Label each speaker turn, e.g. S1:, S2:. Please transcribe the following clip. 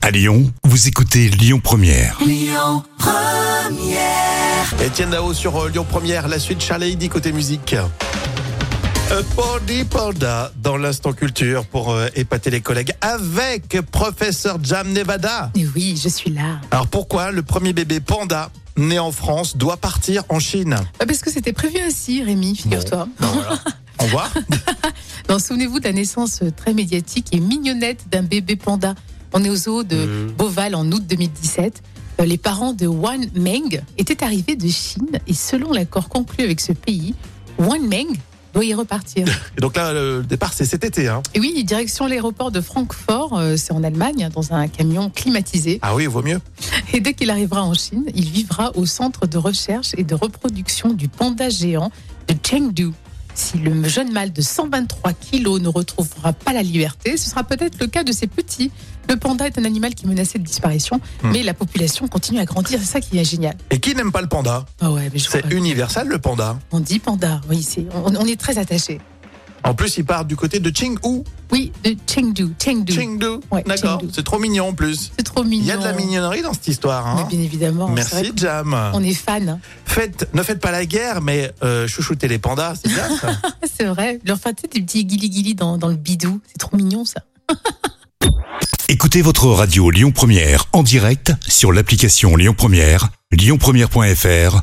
S1: À Lyon, vous écoutez Lyon Première.
S2: Étienne Dao sur euh, Lyon Première, la suite Charlie dit côté musique. Un Pandi Panda dans l'instant culture pour euh, épater les collègues avec professeur Jam Nevada.
S3: Mais oui, je suis là.
S2: Alors pourquoi le premier bébé panda né en France doit partir en Chine
S3: Bah, Parce que c'était prévu ainsi, Rémi, figure-toi.
S2: Ben voilà. Au revoir.
S3: Non, Souvenez-vous de la naissance euh, très médiatique et mignonnette d'un bébé panda. On est au zoo de Beauval en août 2017. Euh, Les parents de Wang Meng étaient arrivés de Chine et selon l'accord conclu avec ce pays, Wang Meng doit y repartir.
S2: Et donc là, le départ, c'est cet été. hein.
S3: Et oui, direction l'aéroport de Francfort, euh, c'est en Allemagne, dans un camion climatisé.
S2: Ah oui, vaut mieux.
S3: Et dès qu'il arrivera en Chine, il vivra au centre de recherche et de reproduction du panda géant de Chengdu. Si le jeune mâle de 123 kilos ne retrouvera pas la liberté, ce sera peut-être le cas de ses petits. Le panda est un animal qui menaçait de disparition,
S2: Hmm.
S3: mais la population continue à grandir. C'est ça qui est génial.
S2: Et qui n'aime pas le panda
S3: Ah ouais, mais je
S2: C'est
S3: crois-
S2: universel le panda.
S3: On dit panda. Oui, c'est- on, on est très attaché.
S2: En plus, il part du côté de Chengdu.
S3: Oui, de Chengdu. Chengdu.
S2: Chengdu.
S3: Ouais,
S2: D'accord.
S3: Chengdu.
S2: C'est trop mignon en plus.
S3: C'est trop mignon.
S2: Il y a de la mignonnerie dans cette histoire.
S3: Mais
S2: hein.
S3: bien évidemment. c'est vrai
S2: Merci Jam.
S3: qu'on est fan. hein.
S2: Faites, ne faites pas la guerre, mais euh, chouchoutez les pandas, c'est bien ça.
S3: C'est vrai. Leur fait des petits guili-guili dans, dans le bidou. C'est trop mignon ça.
S1: Écoutez votre radio Lyon Première en direct sur l'application Lyon Première, lyonpremière.fr